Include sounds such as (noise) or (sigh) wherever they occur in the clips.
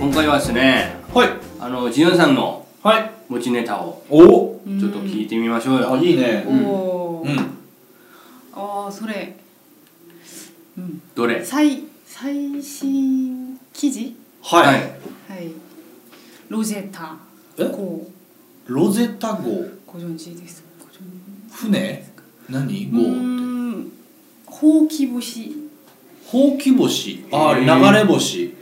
今回はですねはいあのジヨンさんのはい持ちネタをおちょっと聞いてみましょうよ、あいいねうんおお、うんああそれ、うん、どれ最最新記事はい、はいロゼッタえ号ロゼッタ号ご存知ですご存知船何う号ーんほうき星ほうき星あへ流ーれ星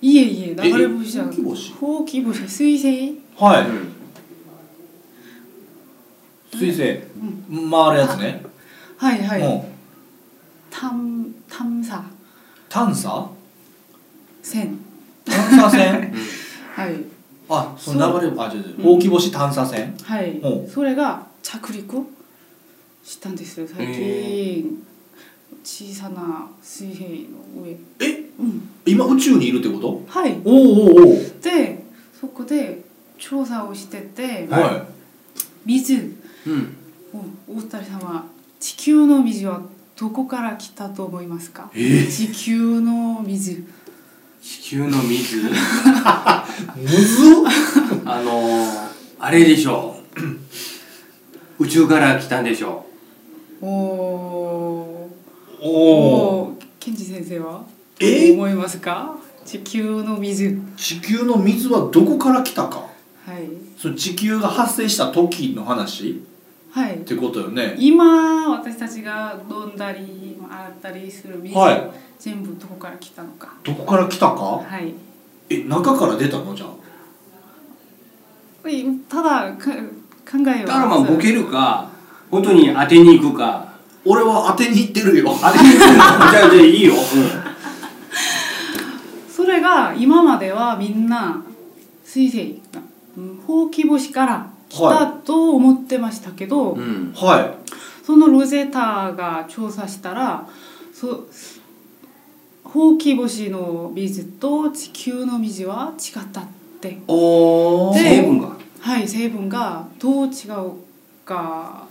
いえいええ流れ星じゃほうき星ほうき星彗星ははいい、うん水星回るやつねはいはい、うん探探査探査船探査船はい (laughs) あその流れあ違う違ううんほうき星探査船はいおそれが着陸したんですよ最近、へ小さな水平の上えうん今宇宙にいるってことはいおうおうおうでそこで調査をしてて、はいは水うん、を大谷様地球の水はどこから来たと思いますかいえ地球の水地球の水 (laughs) むずっあのー、あれでしょう宇宙から来たんでしょおおおおおーケンジ先生はえどう思いますか地球の水地球の水はどこから来たかはいその地球が発生した時の話はいってことよね今私たちが飲んだり洗ったりする水、はい全部どこから来たのかどこから来たかはいえ中から出たのじゃあこれただか考えうはだからまあボケるか本当に当てに行くか俺は当てに行ってるよ当てに行くかじゃあじゃあいいよ、それが今まではみんな水星がうんほうき星から来たと思ってましたけど、うんうん、はそのロゼタが調査したらそほうき星の水と地球の水は違ったっていおで成分がはい成分がどう違うか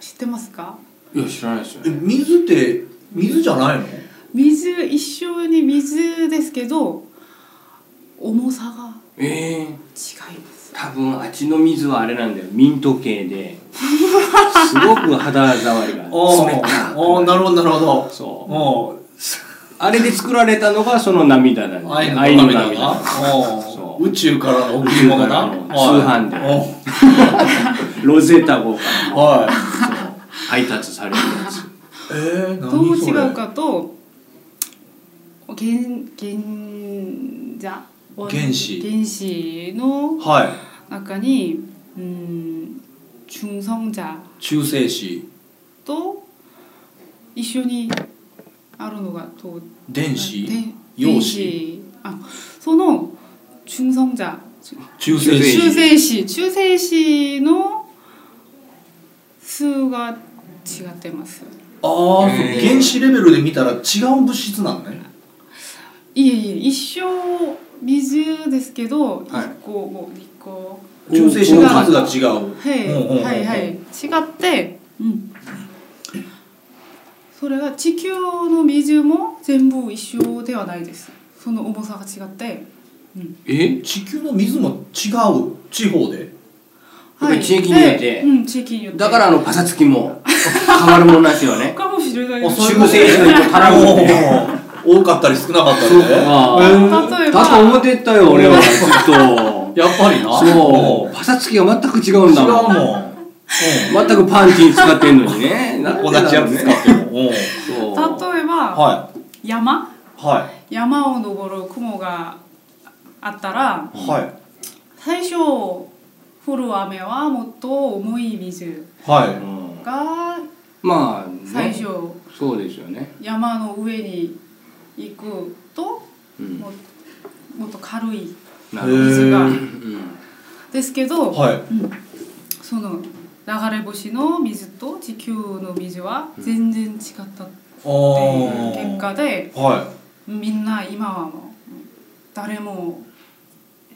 知ってますかいや知らないですよえ水って水じゃないの水一緒に水ですけど重さがええー違います多分あっちの水はあれなんだよミント系ですごく肌触りが冷たおおくなるほどなるほどそうおおあれで作られたのがその涙だね愛の涙だなそおうお宇宙からの贈り物な宇宙からのはい通販でおうロゼタ号からはそう配達されるや (laughs) ついえー、どう何それ違うかと原原じゃ原子原子のは中にうん中성자 い中性子と一緒にあるのがと電子で原陽子子あその中성자 中性電子中子性子中性子の数が違ってますああ、へー原子レベルで見たら違う物質なのねいえいえ一生水ですけどはい1個もう2個中性子の数が違うはいうんうんうんはいはい違って、うん、それが地球の水も全部一緒ではないですその重さが違ってえ地球の水も違う地方でやっぱり地域によってでうん地域によってだからあのパサつきも変わるもんなしよねかもしれないであすそうい中うこと性子のタラゴンでおー多かったり少なかったりねあ例えーばだと思ってたよ俺はずっやっぱりなとそうパサつきが全く違うん違だうもんもん全くパンティー使ってんのに (laughs) ねなん同でだろうねじやつ使ってもうんそう例えばは山いは山を登る雲があったらいは最初降る雨はもっと重い水いはうんがまあ、ね、最初そうですよね、山の上に行くとうん、ももっと軽いなへるー水がほど、うん、ですけど、いはいその流れ星の水と地球の水は全然違ったっていうあ結果であはみんな今はもう誰も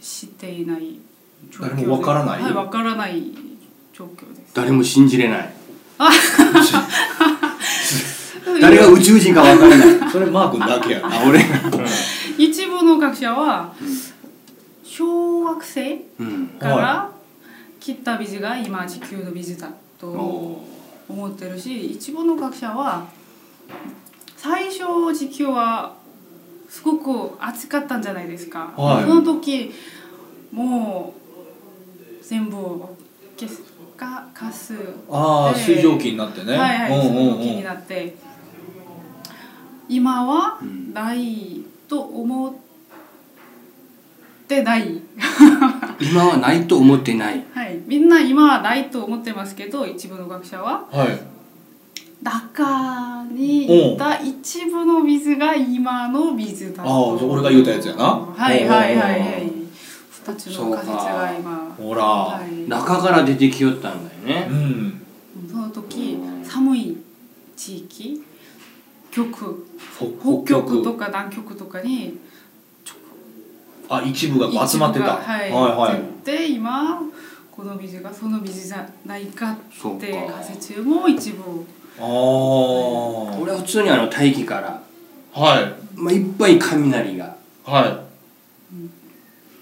知っていない状況で誰もわからないはい、わからない状況です。誰も信じれない誰が宇宙人かわからないいそれマー君だけやなあ俺が一部の学者は、小惑星うんから切った水が今地球の水だとお思ってるしイチボの学者は最初地球はすごく暑かったんじゃないですか、はいその時もう全部消すかガス、ああで水蒸気になってねはいはいうんそうんうのん気になって今はうんないと思ってない。今はないと思ってないはい、みんな今はないと思ってますけど一部の学者ははい中にいた一部の水が今の水だああじゃあ俺が言うたやつやなはいはいはいはおうおうおい二つの仮説が今ほら、はい中から出てきよったんだようねんその時うん寒い地域極北北極北とか南極とかにあ一部が集まってた、一部がはい、で今この水がその水じゃないかそうっかて仮説も一部ああ俺は普通にあの大気から、はいまあ、いっぱい雷がは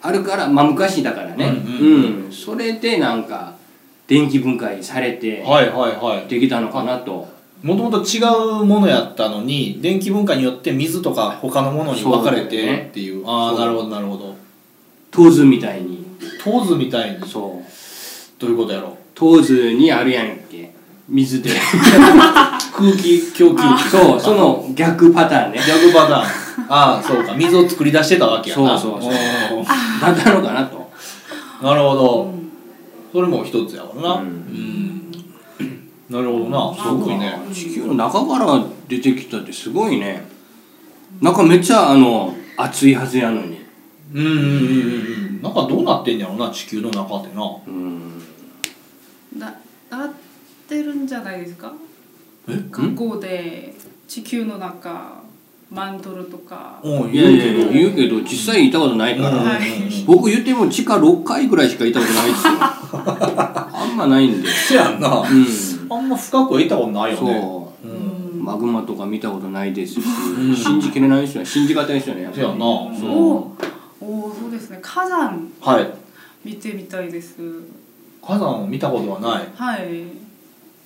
あるからまあ昔だからねううんん、うんそれでなんか電気分解されいてはいはいはいできたのかなと、もともと違うものやったのに電気分解によって水とか他のものに分かれそうだよてねっていうああそうなるほどなるほど東図みたいにトーズみたいにそうどういうことやろ東図にあるやんけ水 (laughs) で空気供給そうその逆パターンね逆パターンああそうか水を作り出してたわけやなそうそうそうおーだったのかなとなるほど、うんそれも一つやからなううんん、なるほどなすそうかごいね地球の中から出てきたってすごいね中めっちゃあの暑いはずやのにうんうんうんうんうんなんかどうなってんやろな地球の中ってなうんななってるんじゃないですかえ学校で地球の中マントルとかおういやいやいや言う言うけど実際行ったことないかうんらはい僕言っても地下6回ぐらいしか行ったことない (laughs) ですよあんまないんでせやんなうんあんま深くは得たことないよねそううんんマグマとか見たことないですしん信じきれないですよね信じがたいですよねやっぱせりやんなそうおおそうですね火山はい見てみたいです火山を見たことはないはい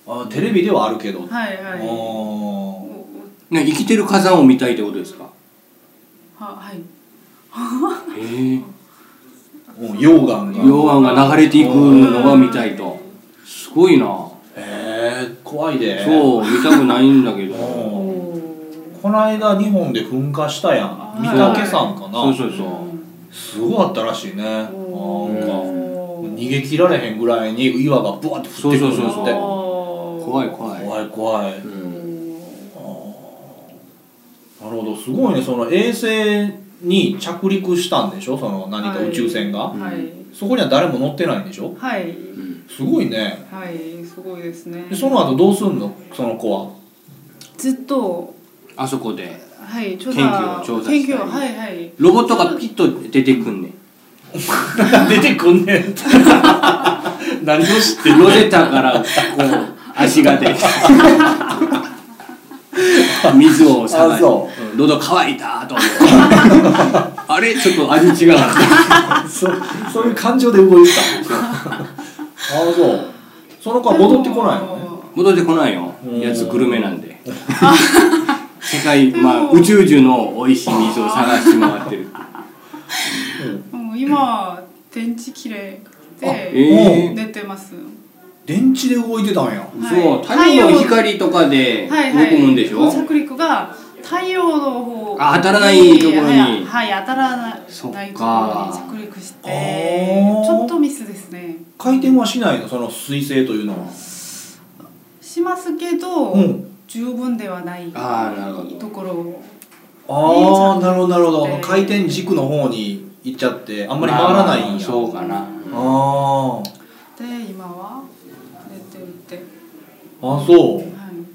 あテレビではあるけどはいはいおおーおね生きてる火山を見たいってことですかははいへえうん溶岩が溶岩が流れていくのが見たいとすごいなへえ怖いでうそう見たくないんだけどおこおの間日本で噴火したやんはい御嶽山かそうなそうそすごかったらしいねなんかお逃げ切られへんぐらいに岩がブワって降ってくるんそうだそっうてうお怖いい怖い怖い怖いうんなるほどすごいねその衛星に着陸したんでしょその何か宇宙船が、い、はいそこには誰も乗ってないんでしょはいうんすごいねはい、すごいですねでその後どうすんのその子はずっとあそこではい調研究査を調査した研り究をはいはいロボットがピッと出てくんねん (laughs) 出てくんねん (laughs) 何を知ってでロゼタからこう足が (laughs) 出て水をあ探してそうん喉乾いたと思って (laughs) あれちょっと味違うなそそういう感情で動いてた (laughs) ああそうその子は戻ってこないのね戻ってこないようんやつグルメなんで (laughs) 世界、まあ、でも宇宙中の美味しい水を探して回ってるうん今電池切れでええ寝てます電池で動いてたんやはいそう太陽の光とかではいは動くもんでいしこょ、の着陸が太陽の方あ当たらないところにはいはい当たらないそっかところに着陸しあてーちょっとミスですね回転はしないのその水星というのはしますけど、うん十分ではないあーなるほどところをああなるほどなるほど、えー回転軸の方に行っちゃってあんまり回らないんや、まあそうかな、あで今は寝てるって、ーあそうはい、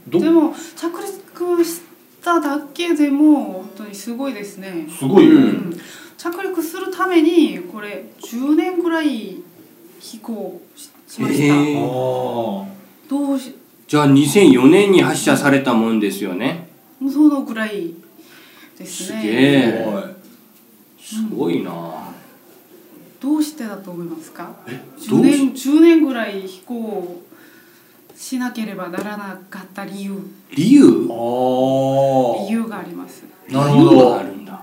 どでも着陸しただけでも本当にすごいですねすごいよ、うん着陸するためにこれ10年ぐらい飛行ししました、へえあどうしじゃあ2004年に発射されたもんですよねもうそのぐらいですすねげえあすごいすごいなどうしてだと思いますかど10うし年 ,10 年ぐらい飛行をしなければならなかった理由理由理由がありますなるほど理由があるんだ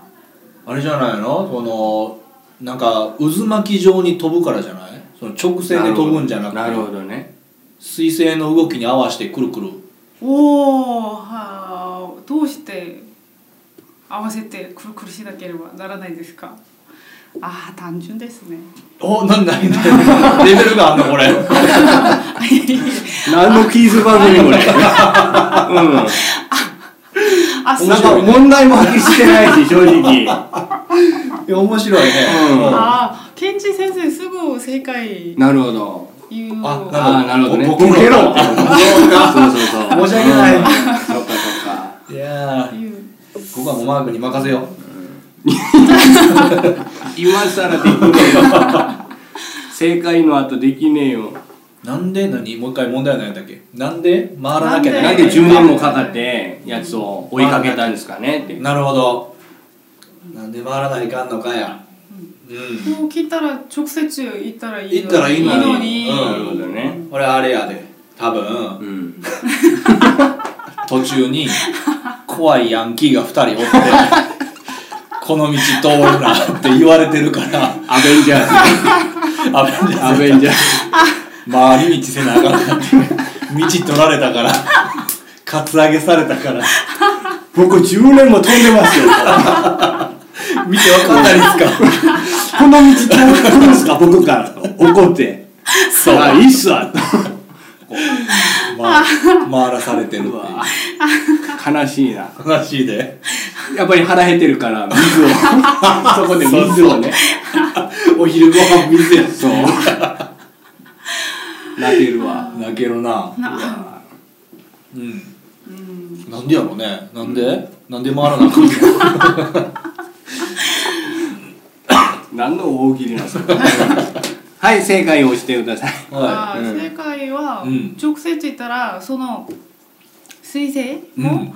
あれじゃないのそのなんか渦巻き状に飛ぶからじゃないその直線で飛ぶんじゃなくてなるほどね水星の動きに合わせてくるくるおおはあどうして合わせてくるくるしなければならないんですかああ単純ですね (laughs) おなんだ (laughs) レベルがあんのこ (laughs) れ何のクイズ番組 (laughs) もねうんあそうなんか問題もはっきりしてないし正 (laughs) 直いや面白いね、うんうんあーケンチ先生すぐ正解なるほど言うあのああなるほどねボケろボケろって (laughs) そうかそうそうそう申し訳ないうんそっかそっかいやー言うここはもうマークに任せよう今更できねえよ正解の後できねえ (laughs) よなんで何もう一回問題は何だっけなんで回らなきゃなんいけでない10年もかかってやつを追いかけたんですかねってなるほどなんで回らないかんのかやうんこう聞いたら直接言ったらいい言ったらいいのにいいうんなるほどね俺あれやで多分うん途中に怖いヤンキーが2人おってこの道通るなって言われてるからアベンジャー (laughs) ズあべんじゃアベンジャーズ回り道せなあかんかって道取られたからカツアゲされたから僕10年も飛んでますよ見てわかんないですかこの道通るんですか僕から怒ってそうあいいっすわまあ回らされてるっていう悲しいな悲しいでやっぱり腹減ってるから水 (laughs) をそこで水をねお昼ご飯見せそう泣ける (laughs) わ泣けるななうんうんなんでやろうねなんで、なんで回らなあかんの何の大喜利なんですか (laughs) はい正解を押してくださいはあーうん正解はうん直接言ったらその水星い、の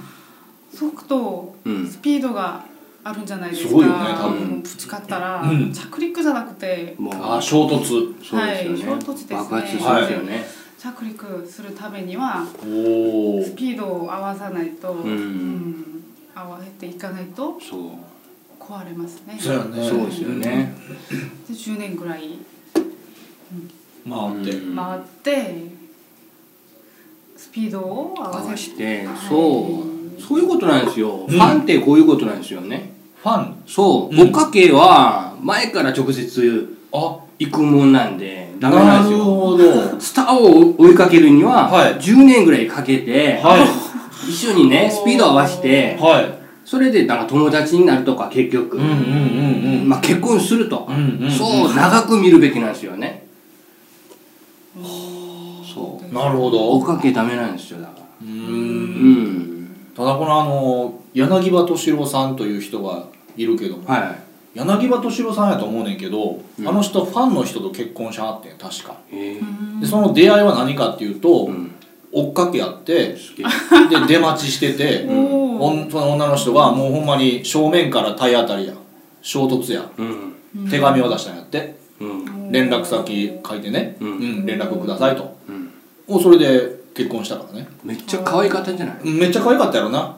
速度、うんスピードがあるんじゃないですかすごいよね多分もうぶつかったら、うん着陸じゃなくてもうあー衝突そうですよね、はい衝突ですね爆発しますよね、着陸するためにはおおスピードを合わさないと、んうん合わせていかないとそう壊れますねそうやねそうですよね、で10年ぐらい回って、うん回って、スピードを合合わわせしてて、はいそうそういうことなんですよ、んファンってこういうことなんですよねファンそう、う追んっかけは前から直接あ行くもんなんでダメなんなでするよほどスターを追いかけるにははい10年ぐらいかけては一緒にねスピードを合わせいてはそれでなんか友達になるとか結局、いうんうんうんうんまあ、結婚するとか、うんうんうんそう長く見るべきなんですよねそうなるほ追っどかけダメなんですよだからううんんただこのあの柳葉敏郎さんという人がいるけども、は柳葉敏郎さんやと思うねんけど、うんあの人ファンの人と結婚しはってん確かいへえうんでその出会いは何かっていうと、うん追っかけやってすげえで出待ちしてて、おおーんその女の人がもうほんまに正面から体当たりや衝突や、うんうん手紙を出したんやってうん連絡先書いてね、うんうん連絡くださいとうんおそれで結婚したからねめっちゃ可愛かったんじゃないめっちゃ可愛かったやろ (laughs) な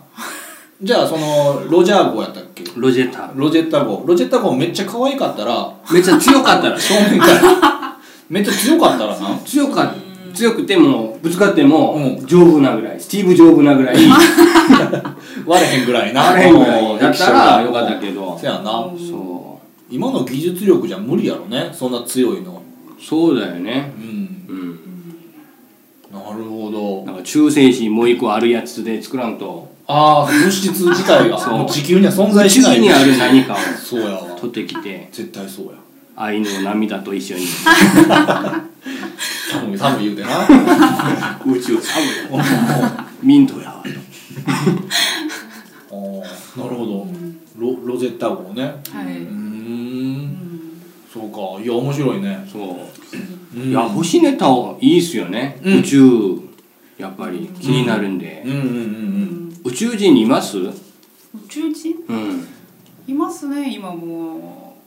じゃあそのロジャー号やったっけロジェッタロジェッタ号ロジェッタ号めっちゃ可愛かった (laughs) らめっちゃ強かったら正面からめっちゃ強かったらな強か強くてもぶつかってもうん丈夫なぐらいスティーブ・ジョブなぐらい割れへんぐらいななれへんぐらいだったらよかったけどせやなそ今の技術力じゃ無理やろねそんな強いのうそうだよねうんうんなるほどなんか忠誠心もう一個あるやつで作らんとああ物質自体 (laughs) がそうもう地球には存在宇し宙ないにある何かをそうやわ取ってきて絶対そうや愛の涙と一緒に寒い寒い (laughs) 言うてな宇宙寒いミントやわあーなるほどロロゼッタ号ねはい、うーうんんそうかいや面白いねそう、うんいや星ネタいいっすよね、うん宇宙やっぱり気になるんでう、んうんうん宇宙人いますう宇宙人んいますね今も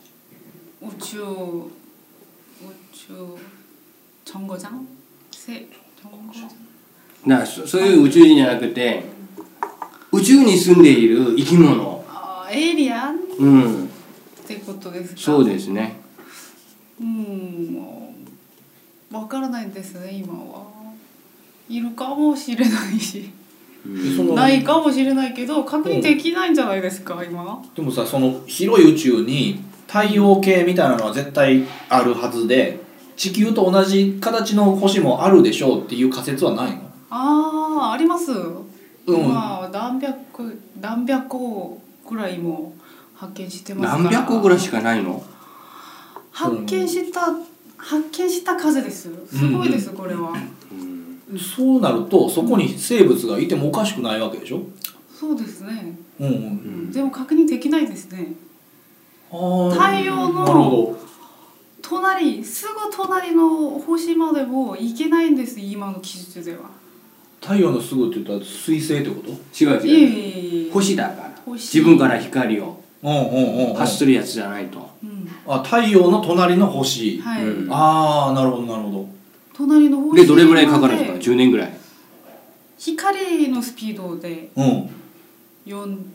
う宇宙 우주 정거장 세 정거장 だからそそういう宇宙人じゃなくて宇宙に住んでいる生き物 아, 에이리안 うんってことですかそうですねうんもうわからないですね今はいるかもしれないしそのないかもしれないけど確認できないんじゃないですか今でもさその広い宇宙に太陽系みたいなのは絶対あるはずで地球と同じ形の星もあるでしょうっていう仮説はないのあああります、うんまあ何百何百個くらいも発見してますから何百個ぐらいしかないの発見した、発見した数ですすごいです、これはうんそうなるとそこに生物がいてもおかしくないわけでしょそうですねうんうんうんでも確認できないですねあー太陽のなるほ隣すぐ隣の星までも行けないんです今の技術ではど太陽のすぐって言ったら水星ってこと違ういえ違ういえいえ星だから星自分から光をうんうんうんうん発するやつじゃないとうんあ太陽の隣の星、はい、うんああなるほどなるほど隣の星でどれぐらいかかるんですかまで10年ぐらい光のスピードでうん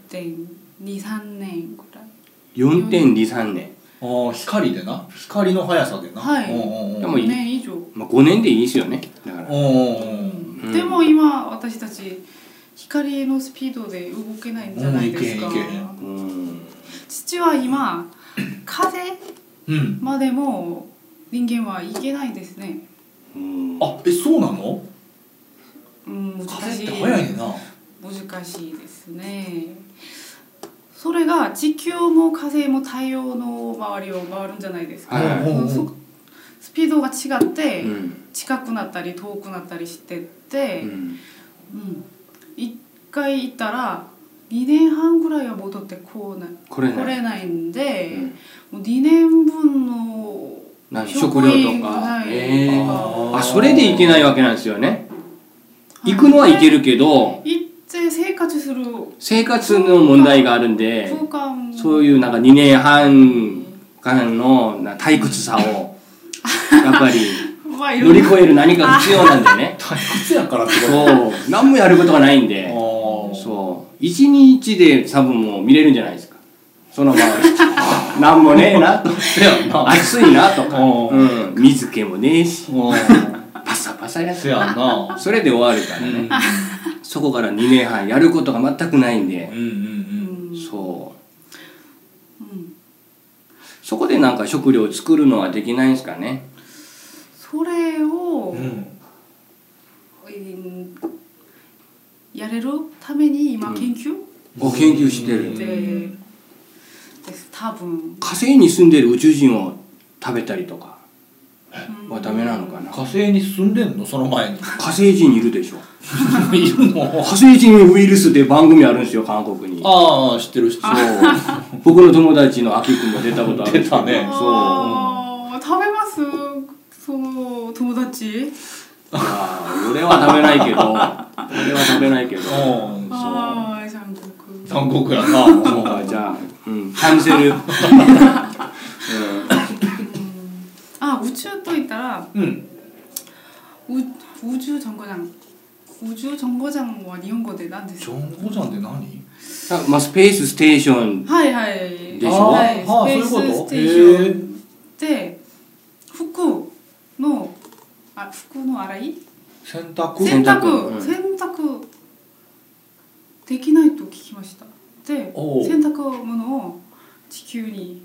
4.23年ぐらい4.23年ああ光でな光の速さでなはいうんうんうんでもいい年以上、まあ5年でいいですよねだからうんううんうんんでも今私たち光のスピードで動けないんじゃないですか、うんいけへんいけへんうん父は今風うんまでも人間はいけないですねうんあえそうなのうん難風しっいて速いねんな難しいですねそれが地球も火星も太陽の周りを回るんじゃないですか、はいうんうんうんそスピードが違ってうん近くなったり遠くなったりしてって、うんうん、1回行ったら2年半ぐらいは戻ってこうなこれ来ねれないんうで、んもう2年分の何食食料品とがかないええあーあそれでいけないわけなんですよねはい行くのはいけるけど行って生活する生活の問題があるんで空間そういうなんか2年半間のな退屈さをやっぱりまあいろ乗いりろ越える何か必要なんで (laughs) ね退屈やからってことそう何もやることがないんであーそう一日で多分もう見れるんじゃないですかそのま (laughs) まなんもねえなとせやんな暑いなとか、おうん、水気もねえしうパサパサやんしせやん (laughs) なそれで終わるからうね、んそこから2年半やることが全くないんでう、ん 음,そううん、そこでなんか食料を作るのはできないんですかねそれを、うんうんうんやれるために今研究、お研究してる、うんでです多分、火星に住んでる宇宙人を食べたりとかうんはダメなのかな、火星に住んでんのその前に火星人いるでしょいる火の星人ウイルスって番組あるんですよ韓国にああ知ってる知ってるそう (laughs) 僕の友達のアキ君も出たことあるんですけど出たね 아,そうあー食べますその友達あー俺は食べないけど俺は食べないけど 아,うんああ残酷残酷やなうんそうかじゃあ、うん、キャンセル、うん、あ宇宙といったらうん 우 우주 정거장 우주 정거장과 일본어는 뭔데?ジョン・ゴジャンって何あまあ、スペースステーション 하이하이.でしょ 네,あーはあそういうこと 스페이스 스테이션 때 후쿠노 아 후쿠노 아라이?洗濯洗濯 센타쿠 응. 센타쿠 できないと聞きました. 네, 오. 센타쿠ものを 지구에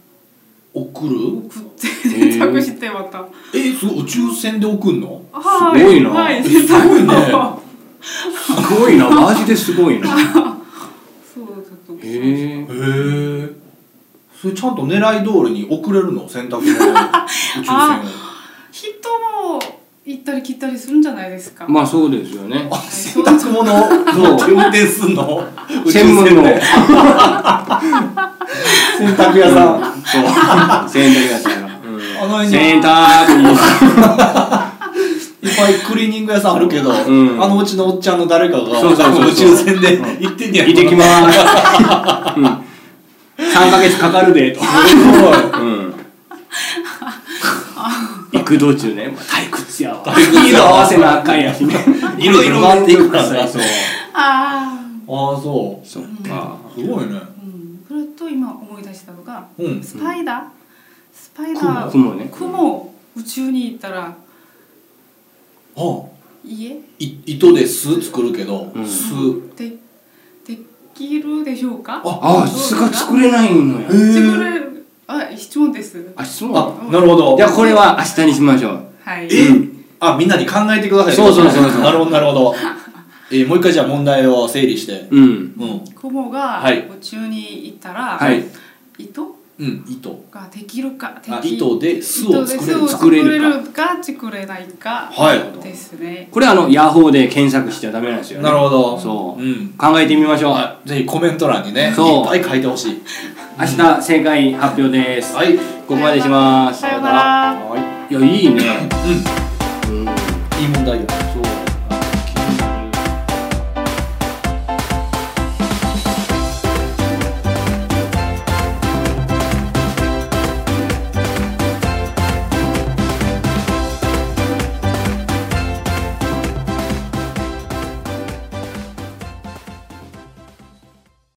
送る送ってへー。 세탁してまた.えすごい宇宙船で送んの 하이.すごいな。 하이.すごい센ね。타쿠.すごいなマジですごいなそ (laughs) うだと。へえへえそれちゃんと狙い通りに送れるの洗濯の宇 (laughs) 宙船を人も行ったり来たりするんじゃないですか。まあそうですよねあ洗濯物 (laughs) を運転すんの宇宙専船門ので洗濯屋さんそう (laughs) 洗濯屋さんが、うんあ (laughs) の辺に洗濯いっぱいクリーニング屋さんあるけど、うんあのうちのおっちゃんの誰かがそうそうそうそう宇宙船で行ってんねや行ってきます、うん、3ヶ月かかるでと、すごいうん、行く道中ね、まあ、退屈やわ退屈やわ色合わせなあかんやしねいろいろ回っていくからさそうあ (laughs) ああそうそっあかーすごいねあ、うん、それと今思い出したのがうんスパイダースパイダー雲雲ね雲宇宙に行ったらあ家い糸で巣作るけど、うん巣でできるでしょうかあああ質が作れないのやへえ作れるあ質問ですあそうあうんなるほどじゃあこれは明日にしましょうはいえあみんなに考えてくださいそうそうそうそうなるほどなる (laughs) ほど、えーもう一回じゃあ問題を整理してうんうん雲がはい宇宙に行ったら、はい糸うん糸ができるかであき糸で巣を糸作れるで作れる巣を作れるか作れないかはいですねこれあのヤホーで検索しちゃダメなんですよねなるほどそううん考えてみましょうあぜひコメント欄にねそういっぱい書いてほしい明日正解発表ですはいここまでしますさようならはいやいいねうんうんいい問題よそう